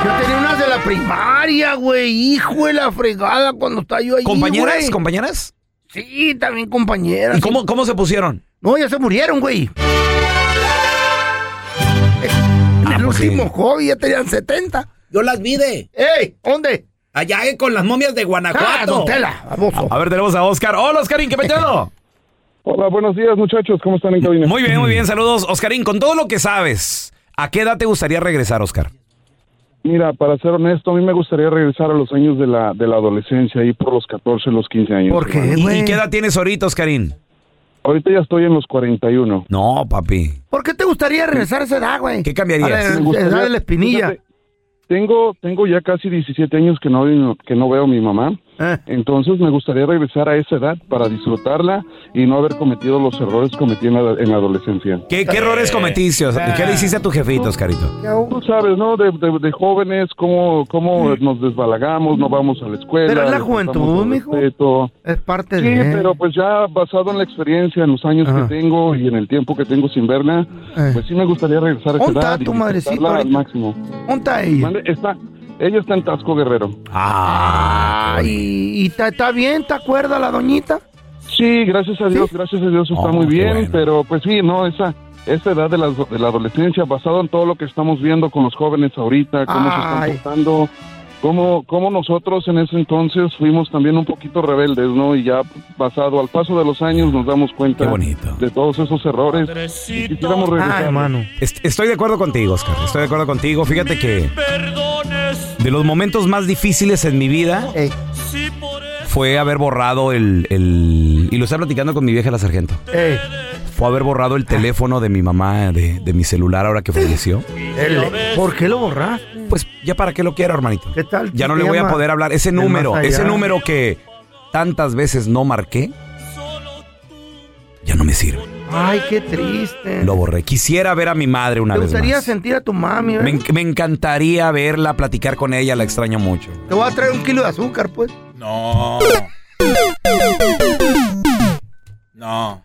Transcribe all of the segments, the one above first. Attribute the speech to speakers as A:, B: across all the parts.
A: Yo tenía unas de la primaria, güey. Hijo de la fregada cuando estaba yo ahí.
B: ¿Compañeras?
A: güey.
B: ¿Compañeras?
A: Sí, también compañeras.
B: ¿Y cómo, cómo se pusieron?
A: No, ya se murieron, güey. En el
B: pues sí.
A: último hobby ya tenían 70.
C: Yo las vi de
A: ¡Ey! ¿Dónde?
C: allá eh, con las momias de
A: ¡Ah,
C: Guanajuato.
A: don Tela! baboso.
B: A ver, tenemos a Oscar. Hola, Oscarín, ¿qué peteado?
D: Hola, buenos días muchachos, ¿cómo están en cabina?
B: Muy bien, muy bien, saludos. Oscarín, con todo lo que sabes, ¿a qué edad te gustaría regresar, Oscar?
D: Mira, para ser honesto, a mí me gustaría regresar a los años de la, de la adolescencia, ahí por los 14, los 15 años.
A: ¿Por qué,
B: ¿Y,
A: güey?
B: y qué edad tienes ahorita, Oscarín?
D: Ahorita ya estoy en los 41.
B: No, papi.
A: ¿Por qué te gustaría regresar a esa edad, güey?
B: ¿Qué cambiarías?
A: A la-
D: Me gustaría-
A: edad de la espinilla.
D: Fíjate, tengo, tengo ya casi 17 años que no, que no veo a mi mamá,
A: Eh.
D: entonces me gustaría regresar a esa edad para disfrutarla y no haber cometido los errores que cometí en la, en la adolescencia.
B: ¿Qué, qué errores cometiste? Os- ¿Qué le hiciste a tu jefito, Oscarito?
D: Tú sabes, ¿no? De, de- de jóvenes, cómo, cómo nos desbalagamos, no vamos a la escuela.
A: Pero es la
D: les faltamos
A: juventud,
D: al
A: mijo.
D: respeto.
A: Es parte
D: Sí,
A: de...
D: pero pues ya basado en la experiencia, en los años
A: Ajá.
D: que tengo y en el tiempo que tengo sin verla,
A: Eh.
D: pues sí me gustaría regresar a esa
A: ¿Dónde está
D: edad y
A: tu madrecita
D: disfrutarla al
A: ahorita?
D: máximo.
A: ¿Dónde está ella?
D: Mande- Está, ella está en Tasco Guerrero.
B: Ah,
A: Ay, ¿Y está está bien? ¿Te acuerdas la doñita?
D: Sí, gracias a Dios, gracias a Dios está
B: Oh,
D: muy
B: qué
D: bien,
B: bueno.
D: pero pues sí, no, esa esa edad de la, de la adolescencia, basado en todo lo que estamos viendo con los jóvenes ahorita, cómo
A: Ay.
D: se están portando, cómo, cómo nosotros en ese entonces fuimos también un poquito rebeldes, ¿no? Y ya basado al paso de los años nos damos cuenta
B: Qué bonito.
D: de todos esos errores. Y quisiéramos
A: Ah,
D: regresar.
B: Est- Estoy de acuerdo contigo, Oscar. Estoy de acuerdo contigo. Fíjate que de los momentos más difíciles en mi vida
A: Ey.
B: fue haber borrado el, el- y lo estaba platicando con mi vieja la sargento.
A: Ey,
B: Fue haber borrado el teléfono de mi mamá de, de mi celular ahora que falleció.
A: dele. ¿Por qué lo borras?
B: Pues ya para qué lo quiero, hermanito.
A: ¿Qué tal?
B: Ya no
A: te
B: le voy a
A: llama?
B: poder hablar. Ese
A: del
B: número,
A: más allá?
B: ese número que tantas veces no marqué, ya no me sirve.
A: Ay, qué triste.
B: Lo borré. Quisiera ver a mi madre una
A: ¿Te
B: vez
A: gustaría
B: más.
A: sentir a tu mami? ¿eh? ¿verdad?
B: Me, enc- me encantaría verla, platicar con ella, la extraño mucho.
A: Te voy a traer un kilo de azúcar, pues.
C: No. No.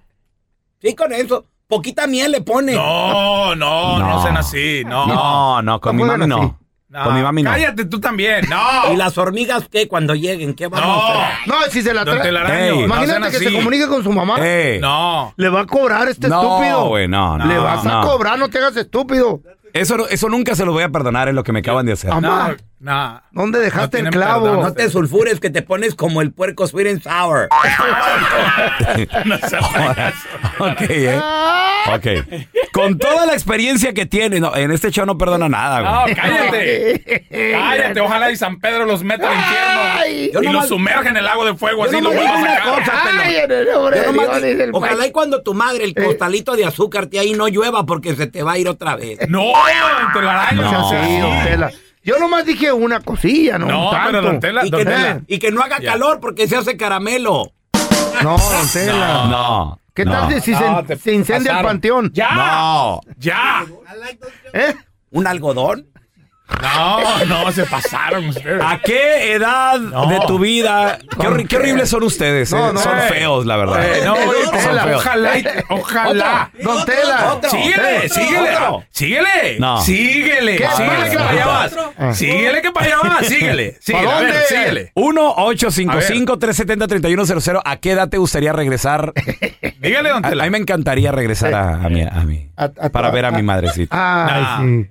E: Sí, con eso. Poquita miel le pone.
C: No, no,
B: No.
C: no sean así. No.
B: No, no, con mi
A: Tampoco
B: mami
A: era así.
B: no.
C: No.
B: Con mi mami no.
C: Cállate tú también. No.
E: ¿Y las hormigas qué? Cuando lleguen, ¿qué vamos a
C: No.
E: hacer?
A: No, si se la
C: Don
A: trae.
C: Telaraño,
B: Ey.
C: no
A: Imagínate
C: sean
A: que se
C: así.
A: comunique con su mamá.
B: Eh,
C: No.
A: Le va a cobrar este
B: no,
A: estúpido.
B: güey, no, no,
A: Le vas a
B: no.
A: cobrar, no te hagas estúpido.
B: Eso, no- eso nunca se lo voy a perdonar, es lo que me acaban de hacer.
A: Mamá,
C: No. No.
A: ¿dónde
C: No
A: dejaste el
C: tienen
A: clavo?
C: perdón,
E: No te sulfures que te pones como el puerco sweet and sour.
B: ok, eh. Ok. Con toda la experiencia que tiene, no, en este show no perdona nada,
C: No,
B: güey.
C: cállate. cállate. Ojalá y San Pedro los meta al
A: Ay.
C: infierno.
E: Yo
C: Y los
E: nomás-
C: sumerja en el lago de fuego. Así
E: Yo
C: los
E: nomás
C: vuelva
E: digo
C: a
E: una
C: sacar.
E: cosa, pelón.
A: Ay, en el nombre
E: Yo
A: de
E: nomás
A: Dios,
E: digo,
A: dice el
E: ojalá
A: güey.
E: y cuando tu madre el costalito de azúcar te ahí no llueva porque se te va a ir otra vez.
C: No, telaraño.
A: No sea así, don Tela. Yo nomás dije una cosilla, no,
C: No,
A: un tanto.
C: pero don Tela,
E: Y
C: don
E: que,
C: Tela.
E: y que no haga
C: Ya.
E: calor porque se hace caramelo.
A: No, don Tela.
B: No.
A: ¿Qué
B: no,
A: tal si se,
C: No, te
A: se incendia
C: pasaron.
A: el panteón?
C: Ya,
B: No.
C: ya.
A: ¿Eh?
E: ¿Un algodón?
C: No, no, se pasaron ustedes.
B: ¿A qué edad de tu vida? Qué, horri- qué horribles son ustedes, eh.
A: No, no.
B: son
C: Eh.
B: feos, la verdad.
C: Eh, no,
A: Don
C: hijo,
A: Tela.
C: ojalá, y- ojalá.
A: Don Tela.
E: otro.
C: Síguele,
A: Eh,
C: síguele,
B: otro.
C: síguele,
B: No.
C: síguele,
A: ¿Qué?
C: síguele que para allá
A: Otro.
C: vas, Ah. Eh. síguele que para allá vas, síguele, síguele, a ver,
A: dónde?
C: síguele.
B: 1-855-370-3100. ¿A qué edad te gustaría regresar?
C: Dígale, don
B: A, a
C: Tela.
B: mí me encantaría regresar a, a mi, a mi-
A: A- a- Ah,
B: para ver a, mi madrecita.
A: Ay,
F: Ah.
C: Nah.
A: sí.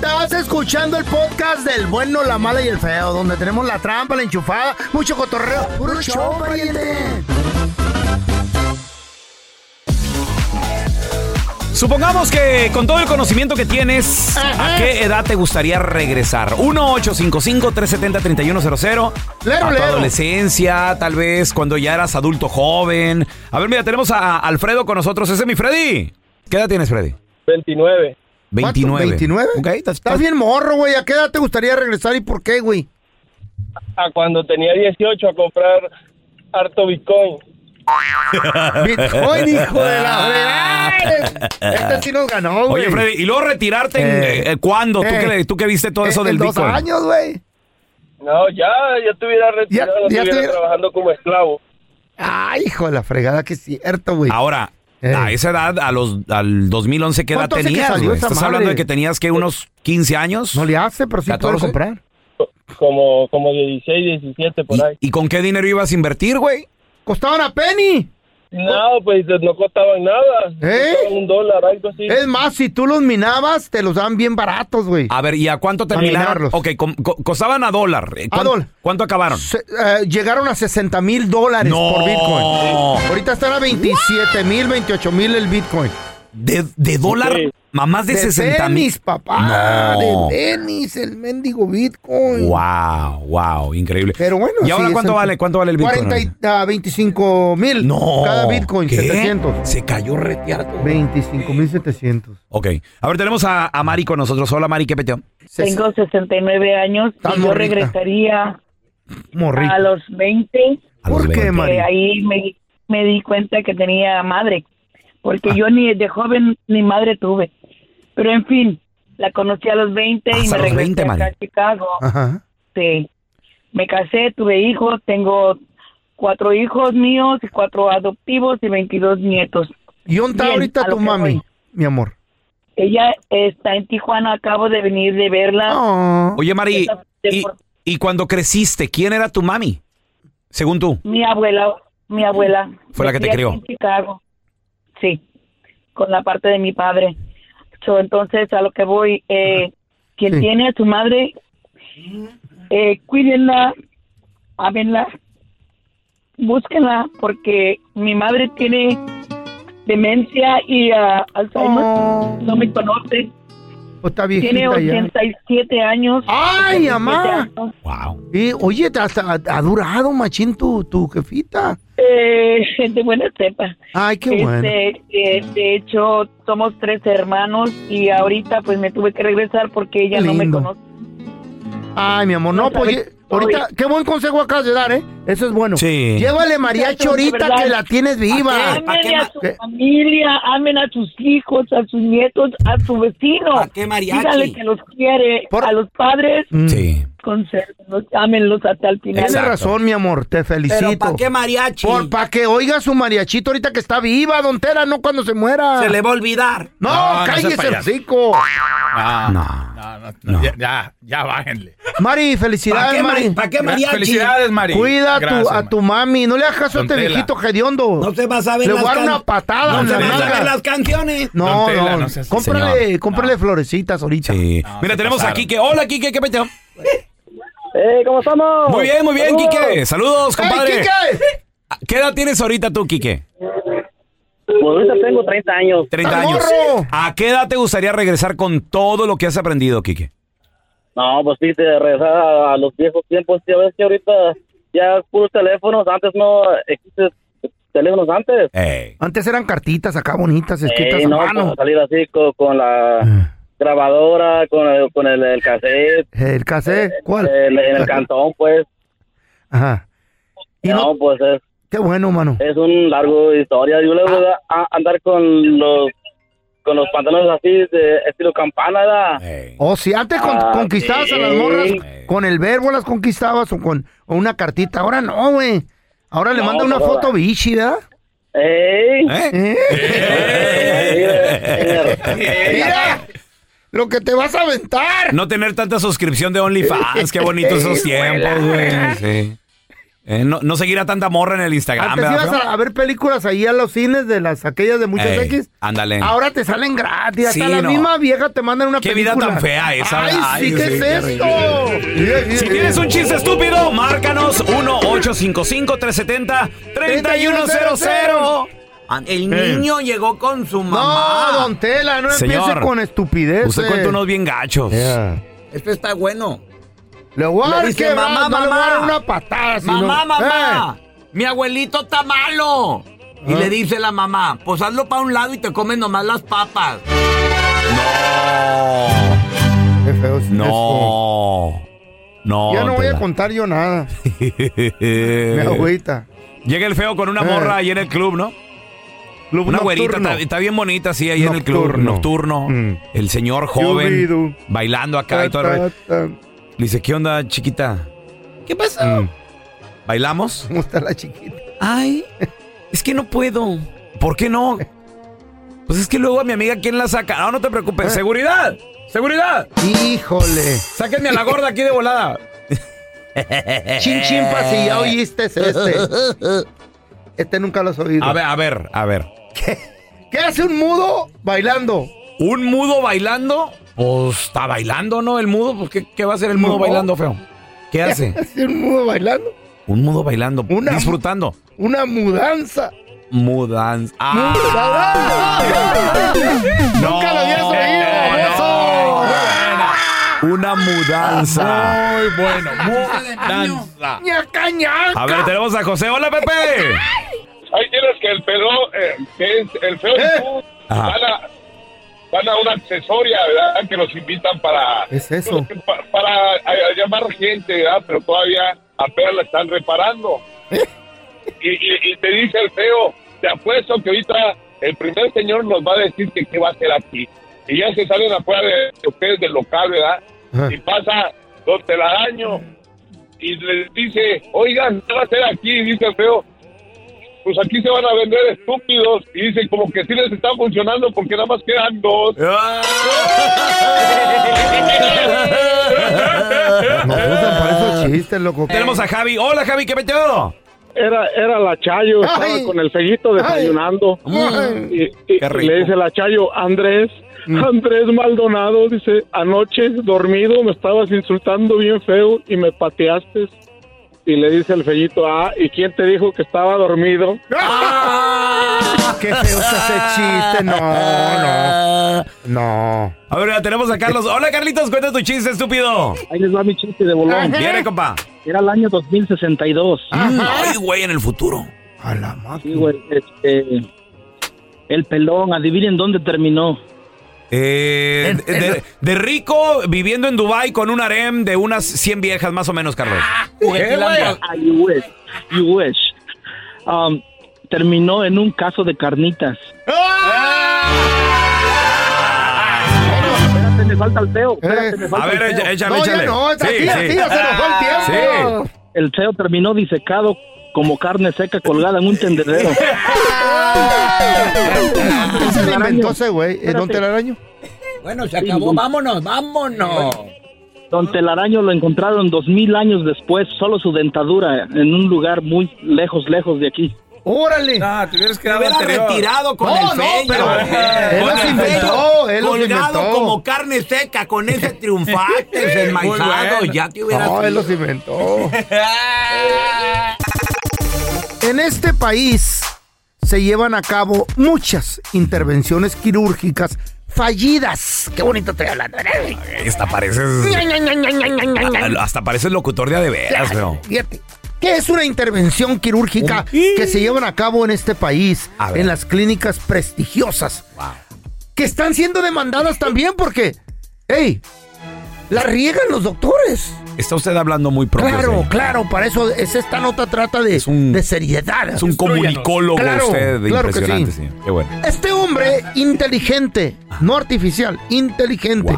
A: Estás escuchando el podcast del bueno, la mala y el feo, donde tenemos la trampa, la enchufada, mucho cotorreo. ¡Puro show, pariente!
B: Supongamos que con todo el conocimiento que tienes, ¿a qué edad te gustaría regresar? 1-855-370-3100.
A: Lero,
B: a tu
A: lero.
B: adolescencia, tal vez cuando ya eras adulto joven. A ver, mira, tenemos a Alfredo con nosotros. Ese es mi Freddy. ¿Qué edad tienes, Freddy?
G: 29.
B: 29.
A: ¿29? Estás bien morro, güey. ¿A qué edad te gustaría regresar y por qué, güey?
G: A cuando tenía 18 a comprar harto Bitcoin.
A: Bitcoin, hijo de la Este sí nos ganó, güey.
B: Ah. Oye, Freddy, ¿y luego retirarte en,
A: Eh.
B: eh, cuándo? ¿Tú,
A: Eh.
B: que, tú que viste todo eso
A: En-
B: del
A: en dos
B: Bitcoin?
A: años, güey.
G: No, ya, ya estuviera retirado,
A: Ya- ya
G: estuviera
A: estuviera-
G: trabajando como esclavo.
A: Ay, hijo de la fregada, que es cierto, güey.
B: Ahora, a esa edad, a los, al 2011, ¿qué edad
A: Eh. ¿Cuánto hace que
B: tenías?
A: salió
B: güey?
A: esa
B: ¿Estás
A: madre? Eh.
B: hablando de que tenías que unos 15 años? No
A: le hace, pero
B: sí
A: puedo comprar.
G: Como, como 16, 17 por ahí.
B: ¿Y con qué dinero ibas a invertir, güey?
A: ¿Costaban a penny?
G: No, pues no costaban nada.
A: ¿Eh?
G: Costaban un dólar, algo así.
A: Es más, si tú los minabas, te los dan bien baratos, güey.
B: A ver, ¿y a cuánto terminaron?
A: minarlos.
B: Ok, com- co- costaban a dólar. Eh, ¿cuán-
A: dólar.
B: ¿Cuánto acabaron?
A: Se- eh, llegaron a 60 mil dólares
B: No.
A: por Bitcoin. Ahorita están a 27 mil, 28 mil el Bitcoin.
B: ¿De, de dólar? Mamás de, 60 mil.
A: tenis, papá.
B: No.
A: ah, De tenis, el mendigo Bitcoin.
B: Wow, wow, increíble.
A: Pero bueno,
B: ¿Y ahora
A: sí,
B: cuánto
A: es-
B: vale? ¿Cuánto vale el Bitcoin?
A: 40 y- ah, 25 mil.
B: No.
A: Cada Bitcoin,
B: ¿Qué?
A: 700.
B: Se cayó retear.
A: 25 mil 700.
B: Ok. A ver, tenemos a, a Mari con nosotros. Hola, Mari, ¿qué peteo?
H: Tengo 69 años
A: Estás
H: y yo
A: morrita.
H: regresaría
A: Morrita.
H: a los 20.
A: ¿Por qué,
H: porque
A: Mari?
H: ahí me, me di cuenta que tenía madre, porque yo ni de joven ni madre tuve. Pero en fin, la conocí a los 20 y
B: Hasta
H: me
B: los
H: regresé
B: 20,
H: acá
B: Mari.
H: a Chicago.
A: Ajá.
H: Sí. Me casé, tuve hijos, tengo cuatro hijos míos, y cuatro adoptivos y 22 nietos.
A: ¿Y dónde está
H: Bien,
A: ahorita
H: a lo
A: tu
H: que
A: mami,
H: voy.
A: mi amor?
H: Ella está en Tijuana, acabo de venir de verla.
A: Ah.
B: Oye, Mari,
H: Esa-
B: y, y cuando creciste, ¿quién era tu mami? Según tú.
H: Mi abuela, mi abuela.
B: Fue la que te
H: Vivía
B: crió.
H: aquí En Chicago. Sí, con la parte de mi padre. So, entonces, a lo que voy, eh, quien
I: Sí.
H: tiene a su madre, eh, cuídenla, ámenla, búsquenla, porque mi madre tiene demencia y ah, Alzheimer.
A: Oh.
H: No me conoce.
A: Pues está viejita
H: Tiene
A: ya.
H: 87 años.
A: ¡Ay,
H: 87
A: mamá!
H: años.
A: Y, oye, te- hasta ha, ha durado, machín, tu, tu jefita.
H: Eh, de buena cepa.
A: Ay, qué bueno.
H: Este, eh, de hecho, somos tres hermanos y ahorita pues me tuve que regresar porque ella
A: Qué
H: no me
A: lindo.
H: conoce.
A: Ay, mi amor, no,
H: No,
A: pues
H: sabes,
A: ye- ahorita,
H: oye.
A: qué buen consejo acabas de dar, ¿eh? Eso es bueno.
B: Sí.
A: Llévale mariachi
H: Exacto,
A: ahorita
H: ¿verdad?
A: que la tienes viva.
H: Amen a su familia, amen a sus hijos, a sus nietos, a su vecino. ¿A qué
E: mariachi?
H: Dígale que los quiere, a los padres,
E: Mm.
B: Sí.
H: consérvenlos, ámenlos hasta el final.
A: Tienes razón, mi amor, te felicito.
E: Pero ¿para qué mariachi?
A: Por para que oiga su mariachito ahorita que está viva, don Tera, no cuando se muera.
E: Se le va a olvidar.
A: No,
C: No, no
A: cállese
C: seas
A: el
C: payaso.
A: hocico.
C: Ah,
B: no,
C: no, no, Ya, ya, ya bájenle.
A: Mari, felicidades,
C: ¿Pa' qué,
A: Mari.
C: Mari? ¿Pa' qué mariachi? Felicidades, Mari.
A: Cuida
C: Gracias,
A: tu- a
C: Mari.
A: tu mami. No le hagas caso a este
C: Don Tela.
A: viejito gediondo.
E: No se va a saber
A: Le
E: las
A: voy a dar
E: can-
A: una patada.
E: No
A: en
E: se
A: la
E: va a
A: nalga.
E: saber las canciones.
A: No,
C: Don Tela,
A: no,
C: no seas así,
A: Cómprale,
B: señor.
A: cómprale florecitas ahorita.
B: Sí. Mira,
C: se
B: tenemos
C: pasaron.
B: a Quique. Hola, Quique, ¿qué peteo?
G: Eh, ¿Cómo estamos?
B: Muy bien, muy bien,
G: Saludos.
B: Quique. Saludos,
A: ¡Hey,
B: compadre.
A: Quique!
B: ¿Qué edad tienes ahorita tú, Quique?
G: Pues ahorita tengo 30 años.
B: 30
A: ¡Estás
B: años.
A: morro!
B: ¿A qué edad te gustaría regresar con todo lo que has aprendido, Quique?
G: No, pues sí, te regresar a, a los viejos tiempos. Ya ves que ahorita ya es puro teléfono. Antes no existe teléfonos antes.
A: Antes eran cartitas acá bonitas, escritas
G: Ey, Eh.
A: Eh, a
G: no, pues,
A: mano. Ah.
G: para salir así co- con, la grabadora, con el, con el, el cassette.
A: Eh, El cassette, ¿cuál?
G: el- eh, en el cantón, pues.
A: Ajá.
G: no, pues es,
A: Qué bueno, mano.
G: es un largo historia. Yo le voy a
A: Ah.
G: a andar con los con los pantalones así de estilo campana, ¿verdad?
A: O Oh, si antes con-
G: Ah,
A: conquistabas a las
G: sí.
A: morras, con el verbo las conquistabas o con o una cartita. Ahora no, güey. Ahora le
G: No,
A: manda una
G: pero-
A: foto bichi, ¿verdad?
G: ¡Ey!
B: ¿Eh?
A: ¿Eh?
G: Eh.
A: ¡Mira! Lo que te vas a aventar.
B: No tener tanta suscripción de OnlyFans, qué bonitos esos tiempos, güey. Sí. Eh, no, no seguir a tanta morra en el Instagram,
A: Antes
B: ¿verdad,
A: ibas
B: feo?
A: a, a ver películas ahí a los cines de las aquellas de muchas
B: Ey,
A: X.
B: Ándale.
A: Ahora te salen gratis.
B: Eh. Sí,
A: Hasta la
B: no.
A: misma vieja te mandan una
B: Qué vida
A: película.
B: tan fea esa.
A: Ay, sí, ¿qué es esto?
B: Si tienes un chiste estúpido, márcanos 1-855-370-3100.
E: El niño llegó con su mamá.
A: Eh. No, don Tela, no
B: Señor,
A: empieces con este estupideces.
B: Usted cuenta unos bien gachos.
E: Esto está bueno.
A: Le voy a dar
E: Le dice,
A: quebrar,
E: mamá,
A: no le voy a
E: mamá.
A: dar una patada. sino-
E: Ah, Mamá,
A: Ah, Eh.
E: mamá, mi abuelito está malo. Y
A: Ah.
E: le dice la mamá, pues hazlo para un lado y te comen nomás las papas.
A: Eh. Qué feo es
B: No. No.
A: ya no voy a
B: Tela.
A: contar yo nada. Mi Eh. agüita.
B: Llega el feo con una morra ahí en el club, ¿no? una
A: nocturno.
B: güerita, está, está bien bonita así ahí en el club
A: Nocturno. Mm.
B: nocturno. El señor joven
A: Llovido.
B: bailando acá y todo. el rollo. Le dice, ¿qué onda, chiquita? ¿Qué pasó? ¿Bailamos?
A: Mm. ¿Cómo está la chiquita?
B: Ay, es que no puedo. ¿Por qué no? Pues es que luego a mi amiga, ¿quién la saca? No, no te preocupes. ¡Seguridad! ¡Seguridad!
A: Eh. ¡Híjole!
B: ¡Sáquenme a la gorda aquí de volada!
A: Chin chin pa, si ya oíste es este. Este nunca lo has oído.
B: A ver, a ver, a ver.
A: ¿Qué hace un mudo bailando?
B: ¿Un mudo bailando? Pues está bailando, ¿no? El mudo, pues ¿qué, qué va a hacer el mudo
A: No.
B: bailando, feo? ¿Qué hace?
A: ¿Qué hace un mudo bailando?
B: Un mudo bailando, disfrutando.
A: Una mudanza.
B: Mudanza. Ah,
A: Nunca lo habías oído.
B: una mudanza.
C: Muy bueno.
A: Danza. Ñaca, ñaca.
B: A ver, tenemos a José. Hola, Pepe.
I: Ahí tienes que el pelo, eh, que es el feo
C: Eh.
I: y tú
B: Ajá.
I: van a, van a una accesoria, ¿verdad? Que los invitan para,
A: ¿Qué es eso?
I: pa- para eh, llamar gente, ¿verdad? Pero todavía apenas la están reparando. Y, y- y te dice el feo, te apuesto que ahorita el primer señor nos va a decir que qué va a hacer aquí. Y ya se salen afuera de, de ustedes del local, ¿verdad?
A: Ajá.
I: Y pasa don Telaraño y les dice, oigan, ¿qué va a hacer aquí? Y dice el feo, pues aquí se van a vender estúpidos. Y dice, como que sí les está funcionando porque nada más quedan dos.
B: Ah, Pues,
A: Nos gustan para esos chistes, loco.
B: Tenemos a Javi. Hola, Javi, ¿qué metido?
J: Era, era la Chayo, estaba
A: Ay. Mm.
J: con el feguito desayunando.
A: Ay.
J: Y, y le dice la Chayo, Andrés,
A: Mm.
J: Andrés Maldonado, dice, anoche dormido me estabas insultando bien feo y me pateaste. Y le dice el feguito, ah, ¿y quién te dijo que estaba dormido?
A: Ah, ¡Qué feo está ese chiste! No, no. No.
B: A ver, ya tenemos a Carlos. Hola, Carlitos, cuenta tu chiste, estúpido.
K: Ahí les va mi chiste de bolón.
B: Viene, compa. Ah,
K: Era el año 2062.
B: Ay, güey, en el futuro.
K: Sí, güey, este, el pelón, adivinen dónde terminó.
B: Eh, de, de- de rico viviendo en Dubai con un harem de unas 100 viejas, más o menos, Carlos.
K: Ah, you wish, you wish. Um, terminó en un caso de carnitas.
B: Eh,
K: Espérate, me falta el feo. Espérate, me falta
B: Eh, A ver,
K: el feo.
B: echa- échale, No, ya échale. no, está Sí, aquí, sí. aquí, ya se nos fue el tiempo.
K: El feo terminó disecado como carne seca colgada en un tendedero.
A: ¿Qué se le inventó ese güey? ¿Eh, ¿Don
K: Espérate.
A: Telaraño?
E: Bueno, se acabó, vámonos, vámonos.
K: Don Telaraño lo encontraron dos mil años después, solo su dentadura, en un lugar muy lejos, lejos de aquí.
A: ¡Órale!
C: Ah, te hubieras quedado
E: hubiera
C: anterior.
E: retirado con
A: No,
E: el
A: no,
E: sello.
A: pero él
E: Con
A: los
E: el
A: inventó,
E: sello
A: él los
E: colgado
A: inventó.
E: como carne seca, con ese triunfaste, enmaizado, ya te hubieras...
A: Eh. No, él los inventó. En este país se llevan a cabo muchas intervenciones quirúrgicas fallidas. Qué bonito estoy hablando.
B: Hasta pareces. Hasta pareces locutor de a de veras, feo.
A: Fíjate. ¿Qué es una intervención quirúrgica que se llevan a cabo en este país, en las clínicas prestigiosas? Que están siendo demandadas también porque, hey, la riegan los doctores.
B: Está usted hablando muy propio.
A: Claro,
B: señor.
A: claro, para eso es esta nota trata de, de seriedad.
B: Es un comunicólogo
A: Claro,
B: usted de
A: claro que sí.
B: impresionante, señor. Qué bueno.
A: Este hombre inteligente, no artificial, inteligente,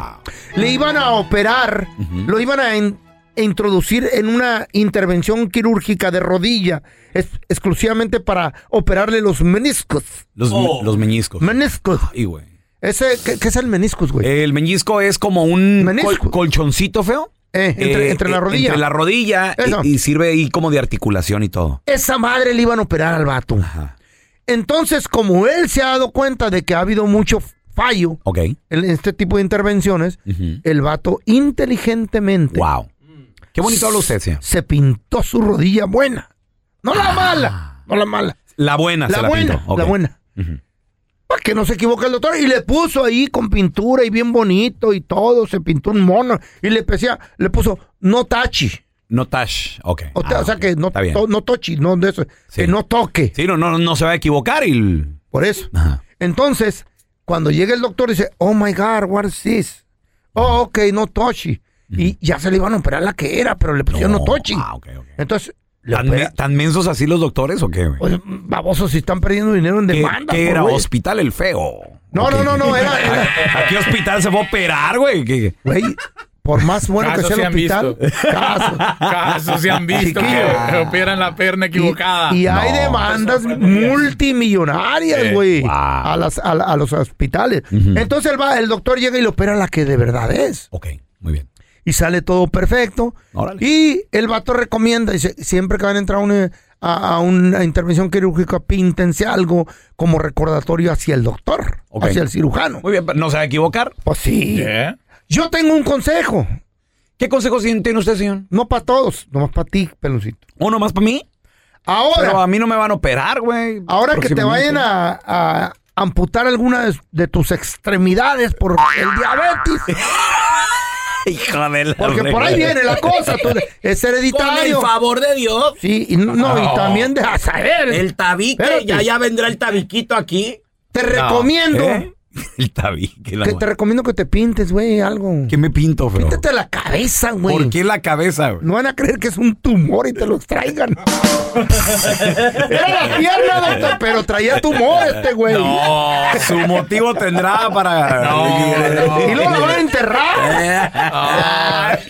A: le iban a operar, lo iban a in- a introducir en una intervención quirúrgica de rodilla, es- exclusivamente para operarle los meniscos.
B: Los,
A: Oh.
B: los meñiscos.
A: Meniscos.
B: Y güey.
A: Ese, ¿qué, qué es el meniscos, güey?
B: El menisco es como un col- colchoncito feo.
A: Eh, entre- entre la
B: eh,
A: rodilla. Eh,
B: Entre la rodilla y-
A: Eso.
B: y, sirve ahí como de articulación y todo.
A: Esa madre le iban a operar al vato. Entonces, como él se ha dado cuenta de que ha habido mucho fallo en este tipo de intervenciones, el vato inteligentemente.
B: ¡Wow! Qué bonito habla usted, sí.
A: Se pintó su rodilla buena. No la mala. No la mala.
B: La buena
A: La
B: se la
A: buena,
B: pintó. Ok.
A: la buena.
B: Ujú.
A: Para que no se equivoque el doctor. Y le puso ahí con pintura y bien bonito y todo. Se pintó un mono. Y le, decía, le puso no tachi.
B: No touch. Ok.
A: O, te- o sea, que no,
B: está bien.
A: to- no tochi, no de eso. Que no toque.
B: Sí, no, no, no se va a equivocar y...
A: Por eso. Entonces, cuando llega el doctor, dice, oh my God, what is this? Oh, ok, no tochi. Y ya se le iban a operar la que era, pero le pusieron no, tochi.
B: Ah,
A: Entonces,
B: ¿Tan, me- tan mensos así los doctores o qué? güey?
A: Pues babosos, si están perdiendo dinero en
B: ¿Qué-
A: demanda.
B: qué
A: por
B: era?
A: güey.
B: ¿Hospital el feo?
A: No,
B: ¿O qué?
A: no, no, no, era-
B: ¿A, a qué hospital se fue a operar, güey? ¿Qué-
A: Güey, por más bueno que
C: Casos
A: sea
C: se
A: el
C: han
A: hospital.
C: visto.
A: Casos.
C: Casos se han visto que
A: Chiquillo.
C: operan la pierna
B: Ah,
C: equivocada.
A: Y hay
C: No.
A: demandas multimillonarias,
C: Sí.
A: güey, a, las- a, la- a los hospitales. Entonces el, va, el doctor llega y le opera la que de verdad es.
B: Ok, muy bien.
A: Y sale todo perfecto. Y el vato recomienda, dice, siempre que van a entrar a una, a- a una intervención quirúrgica, píntense algo como recordatorio hacia el doctor,
B: ok.
A: hacia el cirujano.
B: Muy bien, pero ¿no se va a equivocar?
A: Pues sí.
B: Yeah.
A: Yo tengo un consejo.
B: ¿Qué consejo tiene usted, señor?
A: No para todos, nomás para ti, peloncito.
B: ¿Uno más para mí?
A: Ahora.
B: Pero a mí no me van a operar, güey.
A: Ahora que te vayan a, a amputar alguna de, de tus extremidades por el diabetes.
B: Hijo de la
A: Porque por ahí viene la cosa. tú- es hereditario.
E: Con el favor de Dios.
A: Sí, y no, no, y también de a saber.
E: El tabique,
A: Espérate.
E: ya, ya vendrá el tabiquito aquí.
A: Te recomiendo.
B: ¿Eh? El tabique. La
A: Que te recomiendo que te pintes, güey, algo.
B: ¿Qué me pinto, feo?
A: Píntate la cabeza, güey.
B: ¿Por qué la cabeza, güey?
A: No van a creer que es un tumor y te lo traigan. Era la pierna, doctor, pero traía tumor este güey.
B: No, su motivo tendrá para...
A: Y luego la van a enterrar.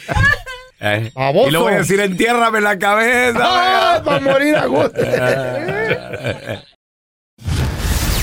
B: Eh.
A: Baboso.
B: Y le voy a decir, entiérrame la cabeza.
A: Ah, va a morir a gusto.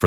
F: for